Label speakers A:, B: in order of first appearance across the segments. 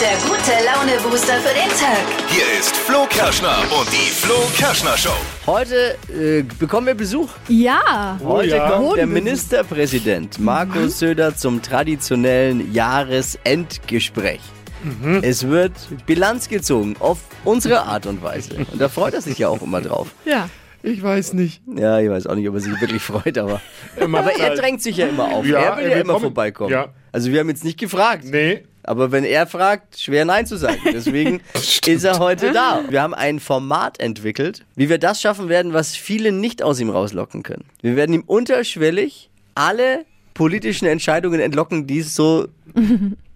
A: Der gute Laune-Booster für den Tag.
B: Hier ist Flo Kerschner und die Flo Kerschner Show.
C: Heute äh, bekommen wir Besuch.
D: Ja,
C: Heute
E: Oh ja.
C: kommt der
D: Bodenbesuch.
C: Ministerpräsident
E: Mhm.
C: Markus Söder zum traditionellen Jahresendgespräch.
E: Mhm.
C: Es wird Bilanz gezogen auf unsere Art und Weise. Und da freut er sich ja auch immer drauf.
D: ja.
E: Ich weiß nicht.
C: Ja, ich weiß auch nicht, ob er sich wirklich freut, aber, aber er drängt sich ja immer auf.
E: Ja,
C: er will
E: er
C: ja
E: will
C: immer
E: kommen.
C: vorbeikommen.
E: Ja.
C: Also wir haben jetzt nicht gefragt.
E: Nee.
C: Aber wenn er fragt, schwer Nein zu sagen. Deswegen ist er heute da. Wir haben ein Format entwickelt, wie wir das schaffen werden, was viele nicht aus ihm rauslocken können. Wir werden ihm unterschwellig alle politischen Entscheidungen entlocken, die es so,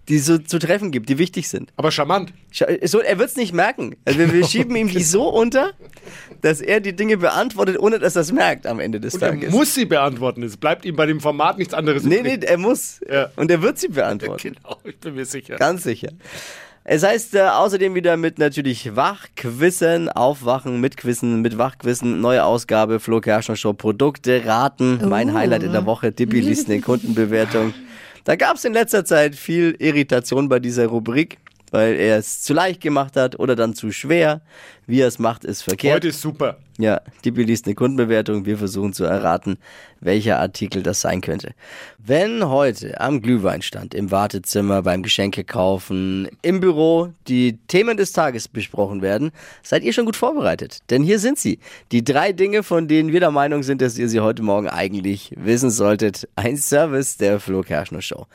C: die es so zu treffen gibt, die wichtig sind.
E: Aber charmant.
C: Scha- So, er wird es nicht merken. Also wir, wir schieben ihm die so unter, dass er die Dinge beantwortet, ohne dass er es merkt am Ende des
E: Und er
C: Tages.
E: muss sie beantworten. Es bleibt ihm bei dem Format nichts anderes
C: nee, nee,
E: übrig.
C: er muss.
E: Ja.
C: Und er wird sie beantworten.
E: Genau, ich bin mir sicher.
C: Ganz sicher. Es heißt äh, außerdem wieder mit natürlich Wachquissen, Aufwachen mit Quissen, mit Wachquissen, neue Ausgabe, Flo Kerschner Show, Produkte, Raten, mein Highlight in der Woche, Dippi liest eine Kundenbewertung. Da gab es in letzter Zeit viel Irritation bei dieser Rubrik, weil er es zu leicht gemacht hat oder dann zu schwer. Wie er es macht, ist verkehrt.
E: Heute ist super.
C: Ja, Dippi liest eine Kundenbewertung. Wir versuchen zu erraten, welcher Artikel das sein könnte. Wenn heute am Glühweinstand, im Wartezimmer, beim Geschenke kaufen, im Büro die Themen des Tages besprochen werden, seid ihr schon gut vorbereitet. Denn hier sind sie. Die drei Dinge, von denen wir der Meinung sind, dass ihr sie heute Morgen eigentlich wissen solltet. Ein Service der Flo Kerschner Show.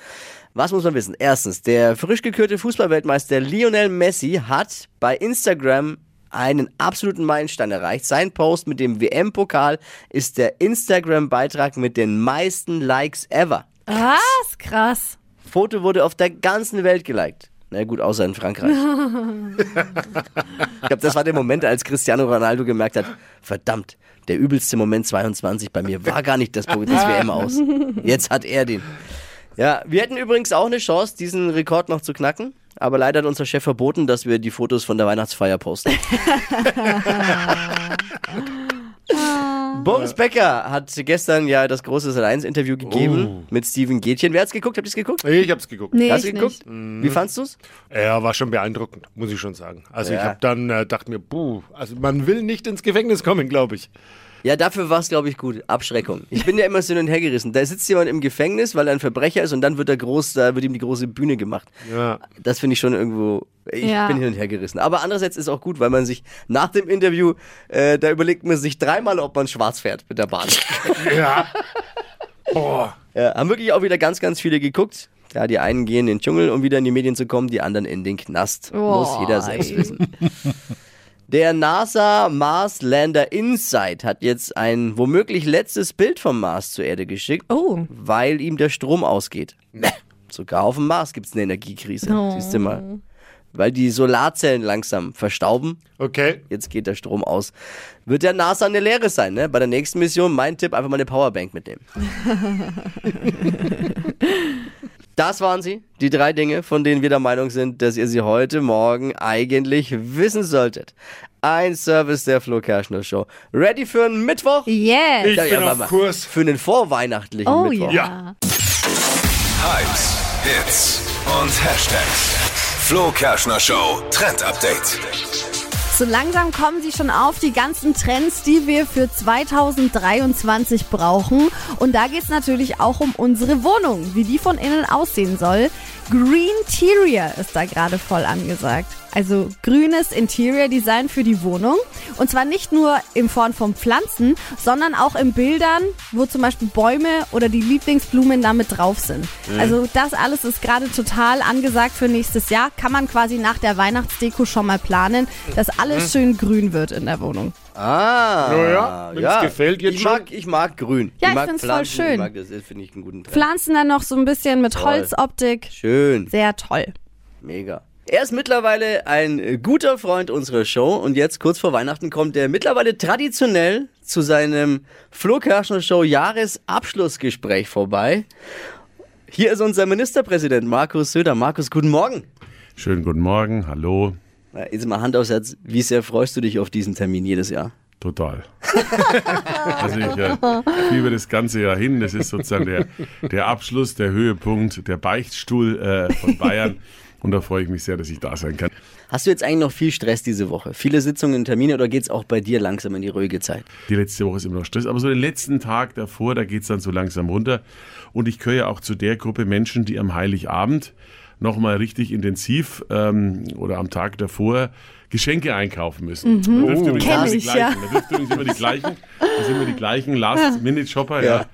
C: Was muss man wissen? Erstens, der frisch gekürte Fußballweltmeister Lionel Messi hat bei Instagram einen absoluten Meilenstein erreicht. Sein Post mit dem WM-Pokal ist der Instagram-Beitrag mit den meisten Likes ever.
D: Was? Krass.
C: Foto wurde auf der ganzen Welt geliked. Na gut, außer in Frankreich. ich glaube, das war der Moment, als Cristiano Ronaldo gemerkt hat, verdammt, der übelste Moment 22 bei mir war gar nicht das, das WM aus. Jetzt hat er den. Ja, wir hätten übrigens auch eine Chance, diesen Rekord noch zu knacken. Aber leider hat unser Chef verboten, dass wir die Fotos von der Weihnachtsfeier posten. Boris Becker hat gestern ja das große Sat1-Interview gegeben mit Steven Gätchen. Wer hat's geguckt? Habt ihr's geguckt?
E: Ich hab's geguckt.
D: Nee,
C: Hast du
D: ich
C: geguckt? Hm.
D: nicht.
C: Wie fandst du's?
E: Ja, war schon beeindruckend, muss ich schon sagen. Also ich
C: Ja.
E: habe dann äh, dachte mir, puh, also man will nicht ins Gefängnis kommen, glaube ich.
C: Ja, dafür war's glaub glaube ich, gut. Abschreckung. Ich bin ja immer so hin und her gerissen. Da sitzt jemand im Gefängnis, weil er ein Verbrecher ist und dann wird er groß, da wird ihm die große Bühne gemacht.
E: Ja.
C: Das finde ich schon irgendwo. Ich
D: Ja.
C: bin hin und her gerissen. Aber andererseits ist auch gut, weil man sich nach dem Interview, äh, da überlegt man sich dreimal, ob man schwarz fährt mit der Bahn.
E: Ja. Boah.
C: ja, Äh, haben wirklich auch wieder ganz, ganz viele geguckt. Ja, die einen gehen in den Dschungel, um wieder in die Medien zu kommen, die anderen in den Knast. Muss
D: Boah,
C: jeder selbst
D: ey.
C: wissen. Der NASA Mars Lander Insight hat jetzt ein womöglich letztes Bild vom Mars zur Erde geschickt,
D: Oh.
C: weil ihm der Strom ausgeht. Sogar auf dem Mars gibt es eine Energiekrise.
D: Oh.
C: Siehst du mal. Weil die Solarzellen langsam verstauben
E: Okay.
C: jetzt geht der Strom aus. Wird der NASA eine Lehre sein, ne? Bei der nächsten Mission, mein Tipp, einfach mal eine Powerbank mitnehmen. das waren sie, die drei Dinge, von denen wir der Meinung sind, dass ihr sie heute Morgen eigentlich wissen solltet. Ein Service der Flo Kerschner Show. Ready für einen Mittwoch?
D: Yes.
E: Ich
C: Ja, ja,
E: bin
C: warte
E: auf
C: mal.
E: Kurs.
C: Für einen vorweihnachtlichen
D: oh
C: Mittwoch.
D: ja.
E: Ja.
B: Hypes, Hits und Hashtags. Flo Kerschner Show Trend Update.
D: So langsam kommen sie schon auf, die ganzen Trends, die wir für 2023 brauchen. Und da geht's natürlich auch um unsere Wohnung, wie die von innen aussehen soll. Green Interior ist da gerade voll angesagt. Also grünes Interior Design für die Wohnung. Und zwar nicht nur in Form von Pflanzen, sondern auch in Bildern, wo zum Beispiel Bäume oder die Lieblingsblumen damit drauf sind.
F: Mhm.
D: Also das alles ist gerade total angesagt für nächstes Jahr. Kann man quasi nach der Weihnachtsdeko schon mal planen, dass
F: Mhm.
D: alles schön grün wird in der Wohnung.
C: Ah.
E: Ja, ja, wenn's gefällt jetzt
C: ich mag, ich mag grün. ich
D: Ja, ich
C: mag
D: find's voll
C: Pflanzen, Ich
D: schön.
C: mag das, das finde ich einen guten Trend.
D: Pflanzen dann noch so ein bisschen mit
C: Toll.
D: Holzoptik.
C: schön.
D: Sehr toll.
C: Mega. Er ist mittlerweile ein äh, guter Freund unserer Show und jetzt kurz vor Weihnachten kommt er mittlerweile traditionell zu seinem Flo Kerschner Show Jahresabschlussgespräch vorbei. Hier ist unser Ministerpräsident Markus Söder. Markus, guten Morgen.
F: Schönen guten Morgen, hallo,
C: Na, Jetzt mal Hand aufs Herz. Wie sehr freust du dich auf diesen Termin jedes Jahr?
F: total. also ich äh, liebe das ganze Jahr hin, das ist sozusagen der, der Abschluss, der Höhepunkt, der Beichtstuhl äh, von Bayern. Und da freue ich mich sehr, dass ich da sein kann.
C: Hast du jetzt eigentlich noch viel Stress diese Woche? Viele Sitzungen und Termine oder geht's auch bei dir langsam in die ruhige Zeit?
F: Die letzte Woche ist immer noch Stress, aber so den letzten Tag davor, da geht es dann so langsam runter. Und ich gehöre ja auch zu der Gruppe Menschen, die am Heiligabend nochmal richtig intensiv ähm, oder am Tag davor Geschenke einkaufen müssen. Da trifft übrigens
D: Mhm. Oh, Kenn
F: immer die
D: ich,
F: gleichen.
D: ja.
F: Da trifft übrigens immer die gleichen. Da sind immer die gleichen Last-Minute-Shopper. Ja.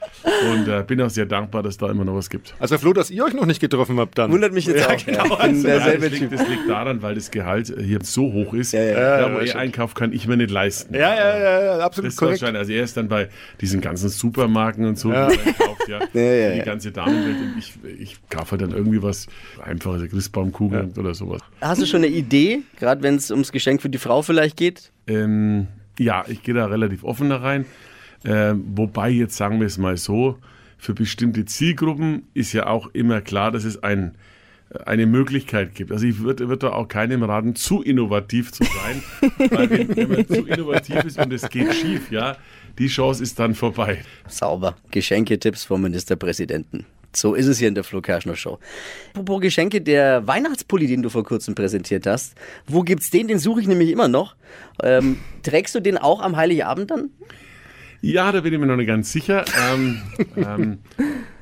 F: Und äh, bin auch sehr dankbar, dass da immer noch was gibt.
E: Also Flo, dass ihr euch noch nicht getroffen habt dann.
C: Wundert mich jetzt auch. ja. genau. also, Ich bin derselbe
F: das, liegt,
C: Typ.
F: das liegt daran, weil das Gehalt äh, hier so hoch ist.
C: ja.
F: da, wo ihr einkauft, kann ich mir nicht leisten.
E: Ja, ja, ja, ja absolut
F: Das ist
E: korrekt.
F: wahrscheinlich, also er ist dann bei diesen ganzen Supermarken und so, ja. Kauft, ja,
C: ja,
F: die
C: ja.
F: ganze Damenwelt. Und ich, ich kaufe halt dann irgendwie was Einfaches, Christbaumkugeln oder sowas.
C: Hast du schon eine Idee, gerade wenn es ums Geschenk für die Frau vielleicht geht?
F: Ähm, ja, ich gehe da relativ offen da rein. Ähm, wobei, jetzt sagen wir es mal so, für bestimmte Zielgruppen ist ja auch immer klar, dass es ein, eine Möglichkeit gibt. Also ich würde würd da auch keinem raten, zu innovativ zu sein. weil wenn, wenn man zu innovativ ist und es geht schief, ja, die Chance ist dann vorbei.
C: Sauber. Geschenketipps vom Ministerpräsidenten. So ist es hier in der Flo Kerschner Show. Apropos Geschenke, der Weihnachtspulli, den du vor kurzem präsentiert hast, wo gibt's den? Den suche ich nämlich immer noch. Ähm, trägst du den auch am Heiligabend dann?
F: Ja, da bin ich mir noch nicht ganz sicher. Ähm, ähm,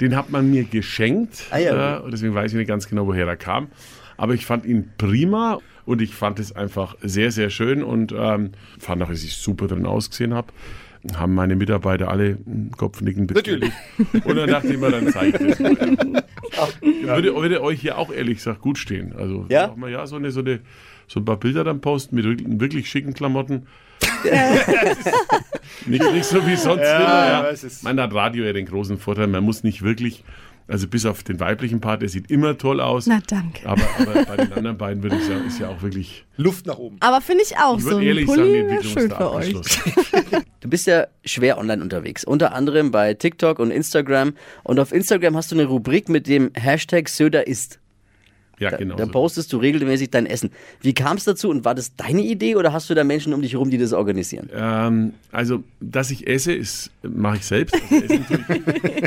F: den hat man mir geschenkt.
C: Ah, ja.
F: äh, und deswegen weiß ich nicht ganz genau, woher er kam. Aber ich fand ihn prima und ich fand es einfach sehr, sehr schön und ähm, fand auch, dass ich super drin ausgesehen habe. Haben meine Mitarbeiter alle einen Kopfnicken bestätigt. Natürlich. Und dann dachte ich mir, dann zeige ich das mal. Würde, würde euch hier auch ehrlich gesagt gut stehen. Also,
C: Ja?
F: mach mal, ja so, eine, so, eine, so ein paar Bilder dann posten mit wirklich- wirklich schicken Klamotten. Nicht, nicht so wie sonst
E: Ja,
F: immer. Ja.
E: es ist-
F: Man hat Radio ja den großen Vorteil, man muss nicht wirklich, also bis auf den weiblichen Part, der sieht immer toll aus.
D: Na, danke.
F: Aber, aber bei den anderen beiden würde ich sagen, ist ja auch wirklich,
E: Luft nach oben.
D: Aber finde ich auch
F: ich
D: so
F: würde
D: ein
F: ehrlich sagen, die
D: Pulli wäre
F: Entwicklung
D: schön
F: ist da
D: für euch.
F: abgeschlossen.
C: Du bist ja schwer online unterwegs, unter anderem bei TikTok und Instagram. Und auf Instagram hast du eine Rubrik mit dem Hashtag Söder ist.
F: Ja,
C: Da,
F: genau.
C: da
F: so.
C: postest du regelmäßig dein Essen. Wie kam es dazu und war das deine Idee oder hast du da Menschen um dich herum, die das organisieren?
F: Ähm, also, dass ich esse, ist mache ich selbst. Also, Essen tue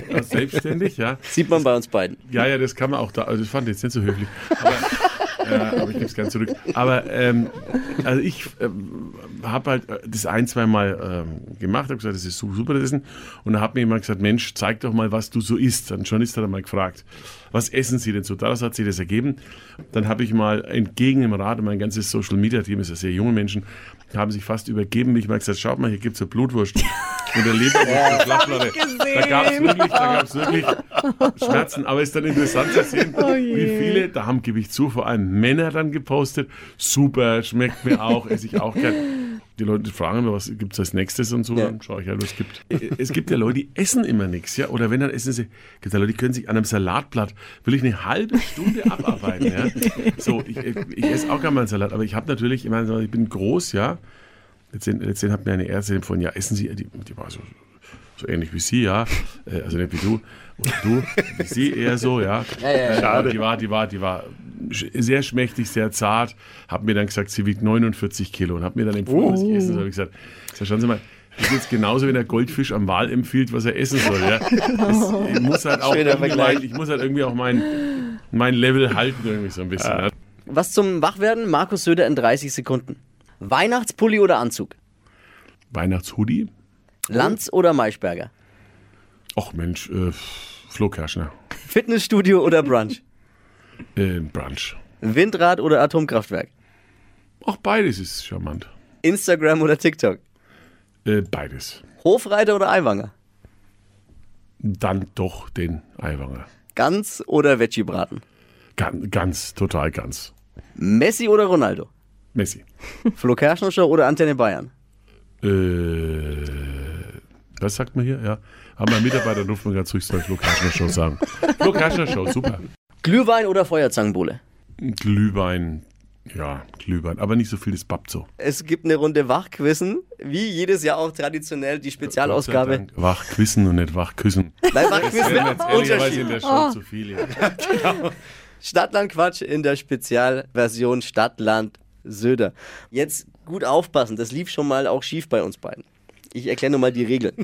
F: ich äh, selbstständig, ja.
C: Sieht man bei uns beiden.
F: Ja, ja, das kann man auch da. Also das fand ich jetzt nicht so höflich. Aber, äh, aber ich gebe es gern zurück. Aber ähm, also ich ähm, habe halt äh, das ein, zwei Mal ähm, gemacht, habe gesagt, das ist su- super, das Essen. Und dann hat mir jemand gesagt, Mensch, zeig doch mal, was du so isst. Ein Journalist hat einmal gefragt, was essen Sie denn so? Daraus hat sich das ergeben. Dann habe ich mal entgegen dem Rat, mein ganzes Social Media Team ist ja sehr junge Menschen, haben sich fast übergeben. Ich habe gesagt, schaut mal, hier gibt es eine Blutwurst. Und der Leberwurst, eine Flachplatte. Da gab es wirklich, da gab's wirklich Schmerzen, aber es ist dann interessant zu sehen, wie viele, da haben, gebe ich zu, vor allem Männer dann gepostet, super, schmeckt mir auch, esse ich auch gern. Die Leute fragen immer, was gibt es als nächstes und so,
C: Ja.
F: dann schaue ich halt, was es gibt. Es gibt ja Leute, die essen immer nichts, ja, oder wenn dann essen sie, gibt ja Leute, die können sich an einem Salatblatt, will ich eine halbe Stunde abarbeiten, ja. So, ich, äh, ich esse auch gerne mal einen Salat, aber ich habe natürlich, ich meine, ich bin groß, ja, Letztendlich, letztendlich hat mir eine Ärztin empfohlen, ja, essen Sie, die, die war so, so ähnlich wie Sie, ja, Äh, also nicht wie du, oder du, wie Sie eher so, ja. Äh,
E: Schade.
F: Die war, die war, die war sch- sehr schmächtig, sehr zart, hat mir dann gesagt, sie wiegt 49 Kilo und hat mir dann empfohlen, dass ich essen soll. Hab Ich gesagt, so, schauen Sie mal, das ist jetzt genauso, wenn der Goldfisch am Wal empfiehlt, was er essen soll, ja. Das, ich, muss halt auch
C: Schöner
F: irgendwie
C: Vergleich.
F: mein, ich muss halt irgendwie auch mein, mein Level halten, irgendwie so ein bisschen. Ja.
C: Was zum Wachwerden? Markus Söder in 30 Sekunden. Weihnachtspulli oder Anzug?
F: Weihnachtshoodie?
C: Lanz
F: Oh.
C: oder Maischberger?
F: Och Mensch, äh, Flo Kerschner.
C: Fitnessstudio oder Brunch?
F: Äh, Brunch.
C: Windrad oder Atomkraftwerk?
F: Auch beides ist charmant.
C: Instagram oder TikTok?
F: Äh, beides.
C: Hofreiter oder Eiwanger?
F: Dann doch den Eiwanger.
C: Gans oder Veggie-Braten?
F: Ganz, ganz, total ganz.
C: Messi oder Ronaldo?
F: Messi.
C: Flo Kerschner Show oder Antenne Bayern?
F: Äh, was sagt man hier? Ja. Aber mein Mitarbeiter ruft man ganz ruhig, soll Flo Kaschner Show sagen. Flo Kaschner Show, super.
C: Glühwein oder Feuerzangenbowle?
F: Glühwein. Ja, Glühwein. Aber nicht so viel, das bappt so.
C: Es gibt eine Runde Wachquissen, wie jedes Jahr auch traditionell die
F: Gott
C: Spezialausgabe.
F: sei Dank. Wach quissen und nicht wach küssen.
C: Nein, Wachquissen,
F: Ehrlicherweise sind
C: Unterschied.
F: das schon zu viele.
C: Stadtlandquatsch in der Spezialversion Stadtland Söder. Jetzt gut aufpassen, das lief schon mal auch schief bei uns beiden. Ich erkläre nur mal die Regeln.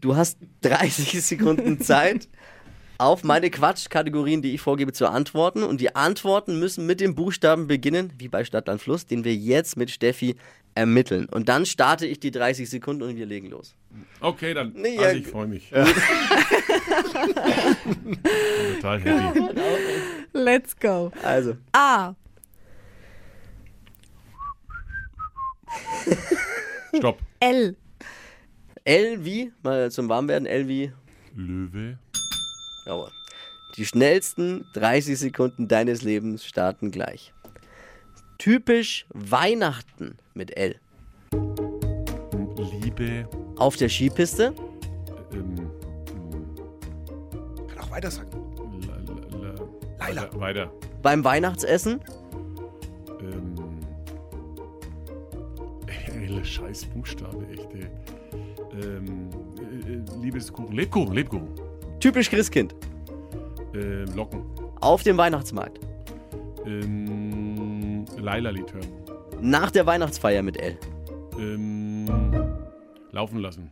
C: Du hast 30 Sekunden Zeit, auf meine Quatschkategorien, die ich vorgebe, zu antworten. Und die Antworten müssen mit dem Buchstaben beginnen, wie bei Stadtland Fluss, den wir jetzt mit Steffi ermitteln. Und dann starte ich die 30 Sekunden und wir legen los.
F: Okay, dann.
C: Nee, ja,
F: also ich
C: gut.
F: freue mich. Total happy.
D: Let's go.
C: Also,
D: A.
F: Stopp.
D: L.
C: L wie, mal zum Warmwerden, L wie,
F: Löwe.
C: jawohl. Die schnellsten 30 Sekunden deines Lebens starten gleich. Typisch Weihnachten mit L.
F: Liebe.
C: Auf der Skipiste,
F: Ähm,
E: Kann auch weiter sagen.
F: la, la, la,
E: Laila.
F: Weiter. weiter.
C: beim Weihnachtsessen,
F: Ähm, ey, scheiß Buchstabe, echt. Ey. Ähm, äh, Liebeskuchen. Lebkuchen, Lebkuchen.
C: typisch Christkind.
F: Ähm, Locken.
C: Auf dem Weihnachtsmarkt,
F: Ähm, Laila-Lied hören.
C: nach der Weihnachtsfeier mit L.
F: Ähm, laufen lassen.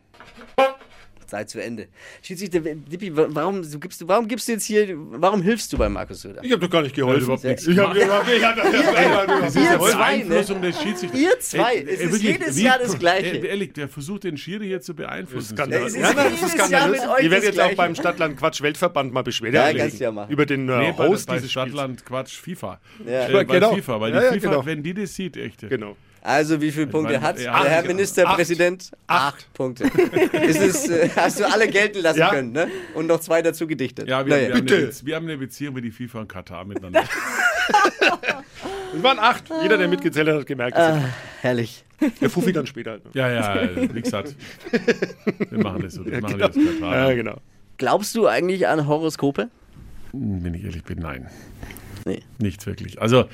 C: Sei zu Ende. Schiedsrichter, Dippi, wa- warum du gibst du, warum gibst du jetzt hier, warum hilfst du bei Markus Söder?
E: Ich habe doch gar nicht
F: Hat
E: geholfen.
F: überhaupt nichts
E: Ich habe überhaupt ich hab,
F: Das ist ja voll
C: zwei, ne?
F: Beeinflussung des Schiedsrichters.
C: Ihr zwei, es
F: um Ey, ey,
C: ist
F: wirklich,
C: jedes
F: wie-
C: Jahr das Gleiche.
F: Ey, Ehrlich, der versucht den Schiri hier zu beeinflussen.
E: Skandal.
C: ist
E: Ja, nein,
C: jedes Jahr mit euch
E: Ich werde
C: das
E: jetzt auch
C: Gleiche.
E: beim Stadtland Quatsch Weltverband mal Beschwerde
C: Ja,
E: einlegen.
C: kannst du ja machen.
E: Über den
F: Nee,
E: äh,
F: bei,
E: Host
F: bei
E: dieses Spiels.
F: Stadtland Quatsch FIFA.
C: Ja.
F: Äh, bei
E: Genau.
F: FIFA, weil die
E: Ja, ja,
F: FIFA,
E: genau.
F: wenn die das sieht, echt.
E: Genau.
C: Also, wie viele Punkte
F: meine,
C: hat
F: ja,
C: der
F: acht.
C: Herr Ministerpräsident?
E: Acht.
C: Punkte. ist es, äh, hast du alle gelten lassen
E: Ja.
C: können, ne? Und noch zwei dazu gedichtet.
F: Ja, wir,
C: Naja.
F: wir, haben
E: Bitte.
F: eine, Bezie- wir haben eine Beziehung mit die FIFA und Katar miteinander.
E: Es waren acht. Jeder, der mitgezählt hat, hat gemerkt, dass
C: Ah, herrlich.
E: ich- der Fuffi dann später halt. noch.
F: ja, ja, äh, wie gesagt. Wir machen das so. Wir machen das Katar.
E: Ja, genau.
C: Glaubst du eigentlich an Horoskope?
F: Wenn ich ehrlich bin, nein.
C: Nee.
F: Nicht wirklich. Also,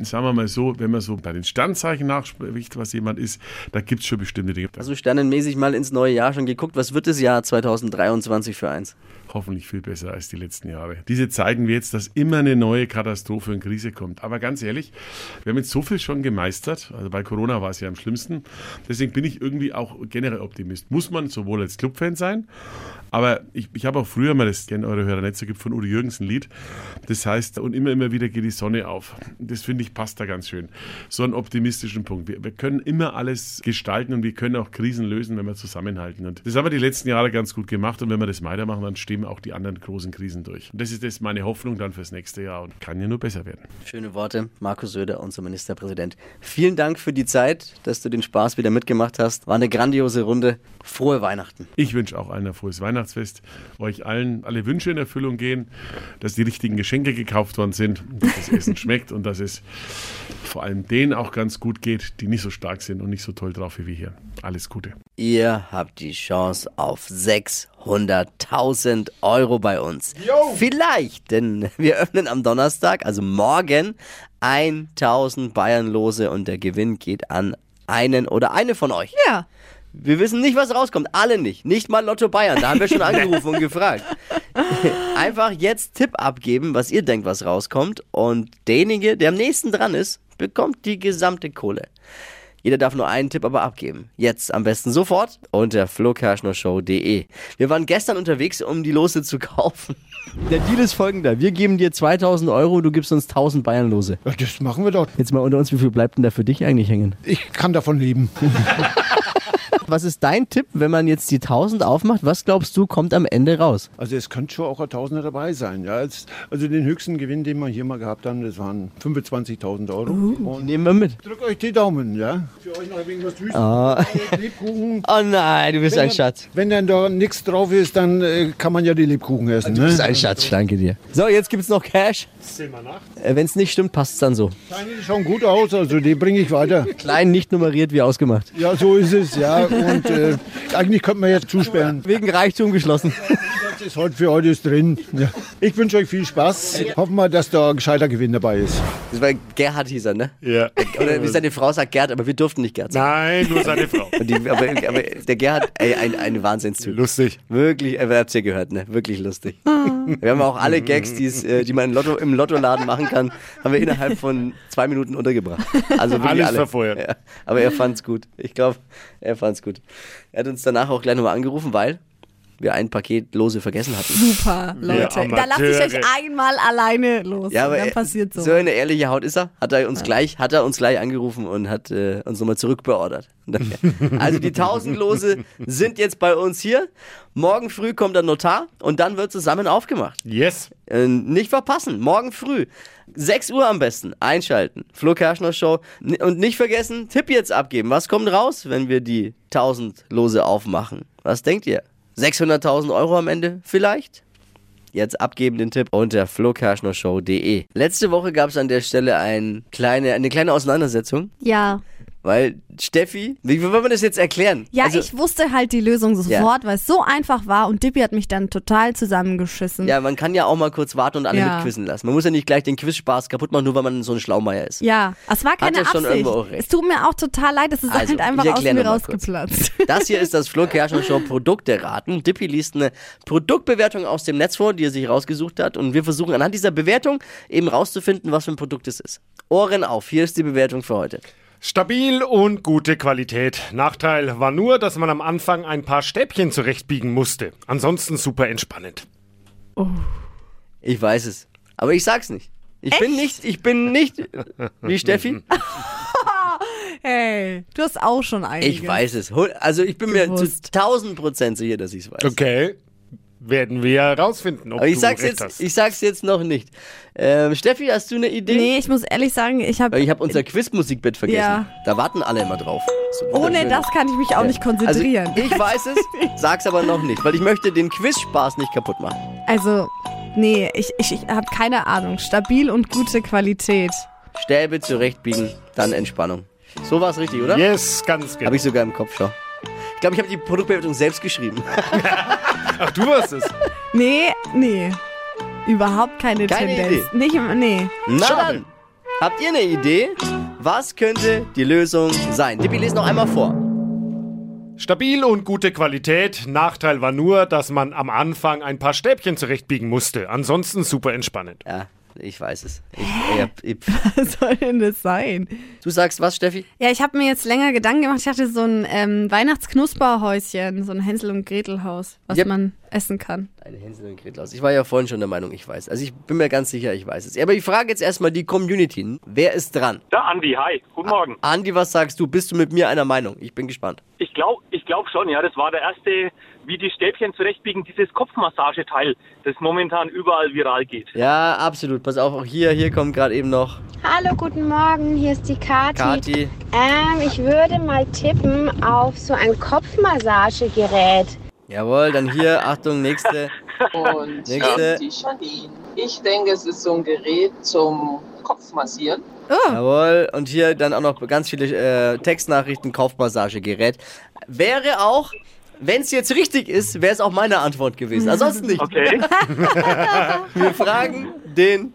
F: sagen wir mal so, wenn man so bei den Sternzeichen nachspricht, was jemand ist, da gibt es schon bestimmte Dinge.
C: Hast du sternenmäßig mal ins neue Jahr schon geguckt? Was wird das Jahr 2023 für eins?
F: hoffentlich viel besser als die letzten Jahre. Diese zeigen wir jetzt, dass immer eine neue Katastrophe und Krise kommt. Aber ganz ehrlich, wir haben jetzt so viel schon gemeistert. Also bei Corona war es ja am schlimmsten. Deswegen bin ich irgendwie auch generell Optimist. Muss man sowohl als Clubfan sein, aber ich, ich habe auch früher mal das gerne eure Hörer Netze gibt von Udo Jürgens ein Lied. Das heißt, und immer, immer wieder geht die Sonne auf. Das finde ich passt da ganz schön. So einen optimistischen Punkt. Wir, wir können immer alles gestalten und wir können auch Krisen lösen, wenn wir zusammenhalten. Und das haben wir die letzten Jahre ganz gut gemacht. Und wenn wir das weitermachen, dann stehen auch die anderen großen Krisen durch. Und das ist jetzt meine Hoffnung dann fürs nächste Jahr und kann ja nur besser werden.
C: Schöne Worte, Markus Söder, unser Ministerpräsident. Vielen Dank für die Zeit, dass du den Spaß wieder mitgemacht hast. War eine grandiose Runde. Frohe Weihnachten.
F: Ich wünsche auch allen ein frohes Weihnachtsfest, euch allen alle Wünsche in Erfüllung gehen, dass die richtigen Geschenke gekauft worden sind, dass das Essen schmeckt und dass es vor allem denen auch ganz gut geht, die nicht so stark sind und nicht so toll drauf wie wir hier. Alles Gute.
C: Ihr habt die Chance auf 600.000 Euro bei uns. Vielleicht, denn wir öffnen am Donnerstag, also morgen, 1000 Bayernlose und der Gewinn geht an einen oder eine von euch.
D: Ja.
C: Wir wissen nicht, was rauskommt. Alle nicht. Nicht mal Lotto Bayern. Da haben wir schon angerufen und gefragt. Einfach jetzt Tipp abgeben, was ihr denkt, was rauskommt. Und derjenige, der am nächsten dran ist, bekommt die gesamte Kohle. Jeder darf nur einen Tipp aber abgeben. Jetzt am besten sofort unter flokerschnershow.de. Wir waren gestern unterwegs, um die Lose zu kaufen. Der Deal ist folgender. Wir geben dir 2000 Euro, du gibst uns 1000 Bayernlose.
G: Ja, Das machen wir doch.
C: Jetzt mal unter uns, wie viel bleibt denn da für dich eigentlich hängen?
G: Ich kann davon leben.
C: Was ist dein Tipp, wenn man jetzt die 1000 aufmacht? Was glaubst du, kommt am Ende raus?
G: Also es könnte schon auch ein Tausender dabei sein. Ja, Es- also den höchsten Gewinn, den wir hier mal gehabt haben, das waren 25.000 Euro. Und
C: Nehmen wir mit.
G: drückt euch die Daumen, ja. Uh. Ah. Für euch noch wegen was Süßes. Äh, Lebkuchen.
C: Ah. Oh nein, du bist ein Schatz.
G: Wenn dann da nichts drauf ist, dann äh, kann man ja die Lebkuchen essen.
C: Du bist
G: ne?
C: ein Schatz, ich danke dir. So, jetzt gibt's noch Cash.
E: Zähl mal nach.
C: Wenn es nicht stimmt, passt es dann so.
G: Kleine schauen gut aus, also die bringe ich weiter.
C: Klein, nicht nummeriert, wie ausgemacht.
G: Ja, so ist es, ja. Und äh, eigentlich könnte man jetzt zusperren.
C: Wegen Reichtum geschlossen.
G: Das ist heute für heute ist drin. Ja. Ich wünsche euch viel Spaß. Hoffen wir, dass da ein gescheiter Gewinn dabei ist.
C: Das war Gerhard hieß er, ne?
E: Ja.
C: Oder wie seine Frau sagt Gerd, aber wir durften nicht Gerd sagen.
E: Nein, nur seine Frau.
C: Und die, aber, aber der Gerhard, ey, ein, ein Wahnsinnstyp.
E: Lustig.
C: Wirklich, äh, habt ihr gehört, ne? Wirklich lustig. Wir haben auch alle Gags, die's, äh, die man im Lotto, im Lottoladen machen kann, haben wir innerhalb von zwei Minuten untergebracht. Also wirklich
E: Alles
C: alle.
E: verfeuert.
C: Ja, aber er fand's gut. Ich glaube, er fand's gut. Er hat uns danach auch gleich nochmal angerufen, weil wir ein Paket Lose vergessen hatten.
D: Super, Leute. da lasse ich euch einmal alleine los.
C: Ja,
D: und
C: aber
D: dann
C: er-
D: passiert so.
C: so eine ehrliche Haut ist er. Hat er uns gleich, hat er uns gleich angerufen und hat äh, uns nochmal zurückbeordert. Und dann- Also die tausend Lose sind jetzt bei uns hier. Morgen früh kommt der Notar und dann wird zusammen aufgemacht.
E: Yes.
C: Äh, nicht verpassen, morgen früh. 6 Uhr am besten, einschalten. Flo Kerschner Show. N und nicht vergessen, Tipp jetzt abgeben. Was kommt raus, wenn wir die 1000 Lose aufmachen? Was denkt ihr? 600.000 Euro am Ende vielleicht? Jetzt abgeben den Tipp unter flokerschnershow.de. Letzte Woche gab es an der Stelle ein kleine, eine kleine Auseinandersetzung,
D: ja.
C: weil Steffi, wie wollen wir das jetzt erklären?
D: Ja,
C: Also-
D: ich wusste halt die Lösung sofort, weil es so einfach war und Dippy hat mich dann total zusammengeschissen.
C: Ja, man kann ja auch mal kurz warten und alle
D: Ja.
C: mitquissen lassen. Man muss ja nicht gleich den Quizspaß kaputt machen, nur weil man so ein Schlaumeier ist.
D: Ja, es war keine
C: er schon
D: Absicht.
C: irgendwo auch recht.
D: Es tut mir auch total leid, es ist
C: Also,
D: halt einfach
C: ich
D: aus
C: erklär
D: mir
C: noch mal kurz.
D: rausgeplatzt.
C: Das hier ist das Flo Kerschner Show Produkte raten. Dippy liest eine Produktbewertung aus dem Netz vor, die er sich rausgesucht hat. Und wir versuchen anhand dieser Bewertung eben rauszufinden, was für ein Produkt es ist. Ohren auf, hier ist die Bewertung für heute.
E: Stabil und gute Qualität. Nachteil war nur, dass man am Anfang ein paar Stäbchen zurechtbiegen musste. Ansonsten super entspannend.
C: Ich weiß es, aber ich sag's nicht. Ich bin nicht, ich bin nicht, wie Steffi?
D: hey, du hast auch schon einige.
C: Ich weiß es. Hol- Also ich bin mir zu
D: Gewusst.
C: 1000 Prozent sicher, dass ich's weiß.
E: Okay. Werden wir herausfinden, ob
C: Aber ich
E: du
C: sag's,
E: recht
C: jetzt,
E: hast.
C: ich sag's jetzt noch nicht. Ähm, Steffi, hast du eine Idee?
D: Nee, ich muss ehrlich sagen, ich habe
C: Weil Ich habe unser Quizmusikbett vergessen.
D: Äh, Ja.
C: Da warten alle immer drauf. So
D: ohne
C: wunderschön.
D: das kann ich mich auch nicht
C: Also ich,
D: konzentrieren.
C: ich weiß es, sag's aber noch nicht, weil ich möchte den Quizspaß nicht kaputt machen.
D: Also, nee, ich, ich, ich habe keine Ahnung. Stabil und gute Qualität.
C: Stäbe zurechtbiegen, dann Entspannung. So war's richtig, oder?
E: Yes, ganz genau.
C: Habe ich sogar im Kopf, schau. Ich glaube, ich habe die Produktbewertung selbst geschrieben.
E: Ach, du warst es.
D: Nee, nee. Überhaupt keine,
C: Keine
D: Tendenz.
C: Idee.
D: Nicht, im- nee.
C: Na
E: Schade.
C: dann, habt ihr eine Idee? Was könnte die Lösung sein? Dippi, lese noch einmal vor.
E: Stabil und gute Qualität. Nachteil war nur, dass man am Anfang ein paar Stäbchen zurechtbiegen musste. Ansonsten super entspannend.
C: Ja, ich weiß es. Ich, ich hab- ich,
D: Was soll denn das sein?
C: du sagst was, Steffi?
D: Ja, ich habe mir jetzt länger Gedanken gemacht. Ich hatte so ein ähm, Weihnachtsknusperhäuschen, so ein Hänsel- und Gretel-Haus, was
C: Yep.
D: man essen kann.
C: Eine Hänsel und Gretel aus. Ich war ja vorhin schon der Meinung, ich weiß. Also ich bin mir ganz sicher, ich weiß es. Aber ich frage jetzt erstmal die Community. Wer ist dran?
H: Da, Andi, hi, guten Morgen.
C: Andi, was sagst du? Bist du mit mir einer Meinung? Ich bin gespannt.
H: Ich glaube ich glaub schon, ja, das war der erste, wie die Stäbchen zurechtbiegen, dieses Kopfmassageteil, das momentan überall viral geht.
C: Ja, absolut. Pass auf, auch hier, hier kommt gerade eben noch
I: Hallo, guten Morgen, hier ist die Kathi.
C: Kati.
I: Ähm, ich würde mal tippen auf so ein Kopfmassagegerät.
C: Jawohl, dann hier, Achtung, nächste.
J: Und ähm,
C: Nächste.
J: die Janine. Ich denke, es ist so ein Gerät zum Kopfmassieren.
C: Jawohl, und hier dann auch noch ganz viele äh, Textnachrichten, Kaufmassagegerät. Wäre auch, wenn es jetzt richtig ist, wäre es auch meine Antwort gewesen. Ansonsten nicht.
H: Okay,
C: Wir fragen den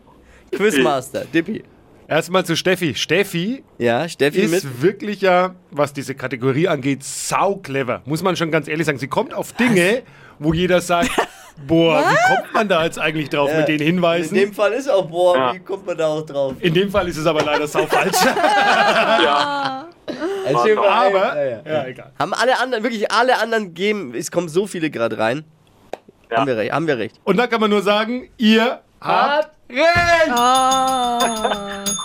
C: Quizmaster, Dippi.
E: Erstmal zu Steffi. Steffi
C: Ja, Steffi mit.
E: ist wirklich ja, was diese Kategorie angeht, sau clever. Muss man schon ganz ehrlich sagen. Sie kommt auf Dinge, wo jeder sagt, boah, wie kommt man da jetzt eigentlich drauf mit den
C: In
E: Hinweisen?
C: dem Fall ist auch, boah,
H: Ja.
C: wie kommt man da auch drauf?
E: In dem Fall ist es aber leider sau falsch.
C: Erzähl mal, ey.
E: aber,
C: Ja, ja.
E: ja, egal.
C: Haben alle anderen, wirklich alle anderen geben, es kommen so viele gerade rein.
H: Ja.
C: Haben wir recht, haben wir recht.
E: Und da kann man nur sagen, ihr habt recht.
D: Oh,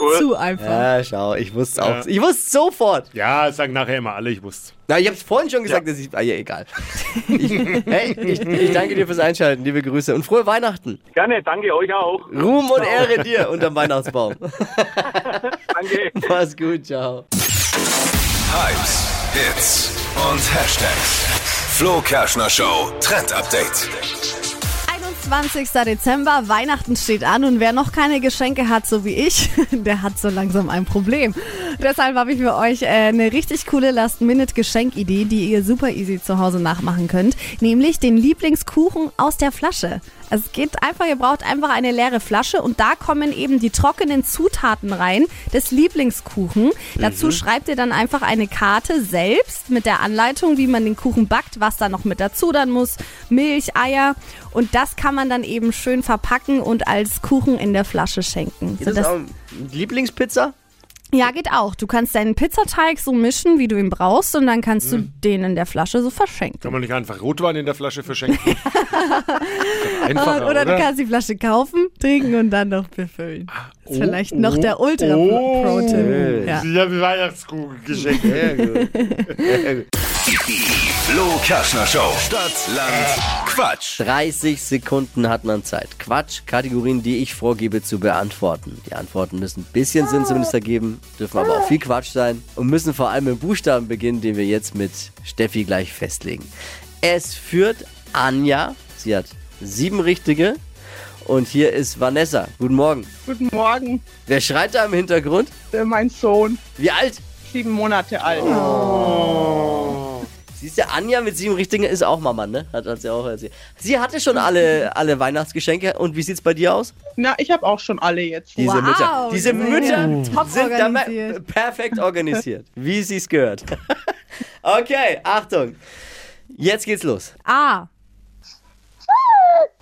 H: Cool.
D: zu einfach.
C: Ja, schau, ich wusste auch.
E: Ja.
C: Ich wusste sofort.
E: Ja, das sagen nachher immer alle, ich wusste
C: Na, ich hab's vorhin schon gesagt, dass ich. Ah, ja, egal. ich, hey, ich, ich danke dir fürs Einschalten, liebe Grüße und frohe Weihnachten.
H: gerne, danke euch auch.
C: Ruhm und Ehre dir unterm Weihnachtsbaum.
H: Danke.
C: Mach's gut, ciao.
B: Hypes, Hits und Hashtags. Flo Kerschner Show Trend Update.
D: 21. Dezember, Weihnachten steht an und wer noch keine Geschenke hat, so wie ich, der hat so langsam ein Problem. Deshalb habe ich für euch äh, eine richtig coole Last-Minute-Geschenkidee, die ihr super easy zu Hause nachmachen könnt, nämlich den Lieblingskuchen aus der Flasche. Es geht einfach, ihr braucht einfach eine leere Flasche und da kommen eben die trockenen Zutaten rein des Lieblingskuchen.
E: Mhm.
D: Dazu schreibt ihr dann einfach eine Karte selbst mit der Anleitung, wie man den Kuchen backt, was da noch mit dazu dann muss, Milch, Eier und das kann man dann eben schön verpacken und als Kuchen in der Flasche schenken.
C: Ist
D: So,
C: das
D: das-
C: auch eine Lieblingspizza?
D: Ja, geht auch. Du kannst deinen Pizzateig so mischen, wie du ihn brauchst, und dann kannst du den in der Flasche so verschenken.
E: Mhm. Kann man nicht einfach Rotwein in der Flasche verschenken?
D: Oder,
E: Einfacher, oder?
D: du kannst die Flasche kaufen, trinken und dann noch befüllen. Das ist vielleicht noch der
E: oh.
D: Ultra-Pro-Tipp. Ja.
E: Ich habe Weihnachtskuchen geschenkt. Sehr gut.
B: Die Flo Kerschner Show. Stadt, Land, Quatsch.
C: 30 Sekunden hat man Zeit. Quatsch, Kategorien, die ich vorgebe zu beantworten. Die Antworten müssen ein bisschen Sinn zumindest ergeben, dürfen aber auch viel Quatsch sein und müssen vor allem im Buchstaben beginnen, den wir jetzt mit Steffi gleich festlegen. Es führt Anja, sie hat sieben richtige und hier ist Vanessa. Guten Morgen.
K: Guten Morgen,
C: Wer schreit da im Hintergrund?
K: äh, mein Sohn,
C: Wie alt?
K: sieben Monate alt.
C: Siehst du, Anja mit sieben richtigen ist auch Mama, ne? Hat hat sie auch erzählt. Sie hatte schon alle, alle Weihnachtsgeschenke und wie sieht's bei dir aus?
K: Na, ich habe auch schon alle jetzt.
C: Diese
D: Wow,
C: Mütter, diese
D: das ist
C: Mütter
D: ja top
C: sind dabei
D: organisiert.
C: perfekt organisiert, wie sie es gehört. okay, Achtung. Jetzt geht's los.
D: Ah,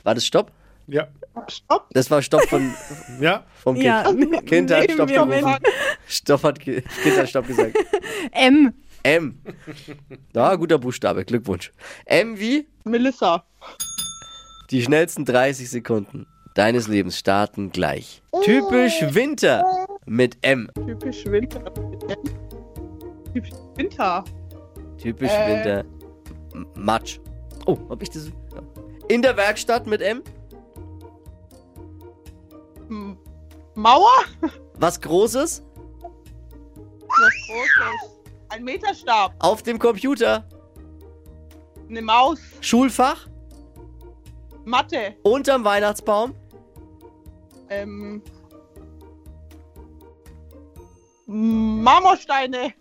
C: War das Stopp?
E: Ja.
K: Stopp.
C: Das war Stopp von,
E: Ja.
C: vom Kind.
D: ja.
C: Kind hat Stopp
D: wir mit.
C: gerufen. Stopp hat, ge- kind hat Stopp gesagt.
D: M.
C: M. Ja, guter Buchstabe, Glückwunsch. M wie?
K: Melissa.
C: Die schnellsten 30 Sekunden deines Lebens starten gleich. Typisch Winter mit M.
K: Typisch Winter. Typisch Winter.
C: Typisch
K: Äh.
C: Winter. M- Matsch. Oh, hab ich das? Ja. In der Werkstatt mit M.
K: Hm. Mauer?
C: Was Großes
K: Was Großes. Ein Meterstab.
C: auf dem Computer.
K: Eine Maus.
C: Schulfach.
K: Mathe.
C: Unterm Weihnachtsbaum.
K: Ähm. Marmorsteine.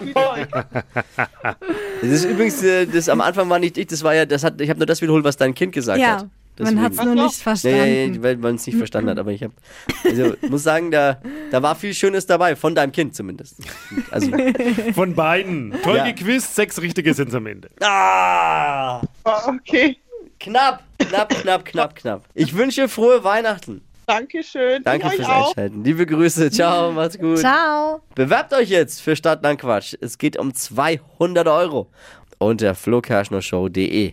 K: Spielzeug.
C: Das ist übrigens, äh, das am Anfang war nicht ich, das war ja, das hat, ich habe nur das wiederholt, was dein Kind gesagt
D: Ja,
C: hat.
D: man hat es nur
K: Ach so.
D: nicht verstanden.
C: Nee, nee, weil man es nicht verstanden hat, aber ich habe, also muss sagen, da, da war viel Schönes dabei, von deinem Kind zumindest. Also,
E: Von beiden. Toll
C: Ja.
E: gequizt, sechs richtige sind am Ende.
C: ah,
K: okay.
C: knapp, knapp, knapp, knapp, knapp. Ich wünsche frohe Weihnachten.
K: Dankeschön.
C: Danke
K: Ich
C: fürs
K: auch.
C: Einschalten. Liebe Grüße, ciao, macht's gut.
D: Ciao.
C: Bewerbt euch jetzt für Stadtland Quatsch. Es geht um 200 Euro unter flokerschnershow.de.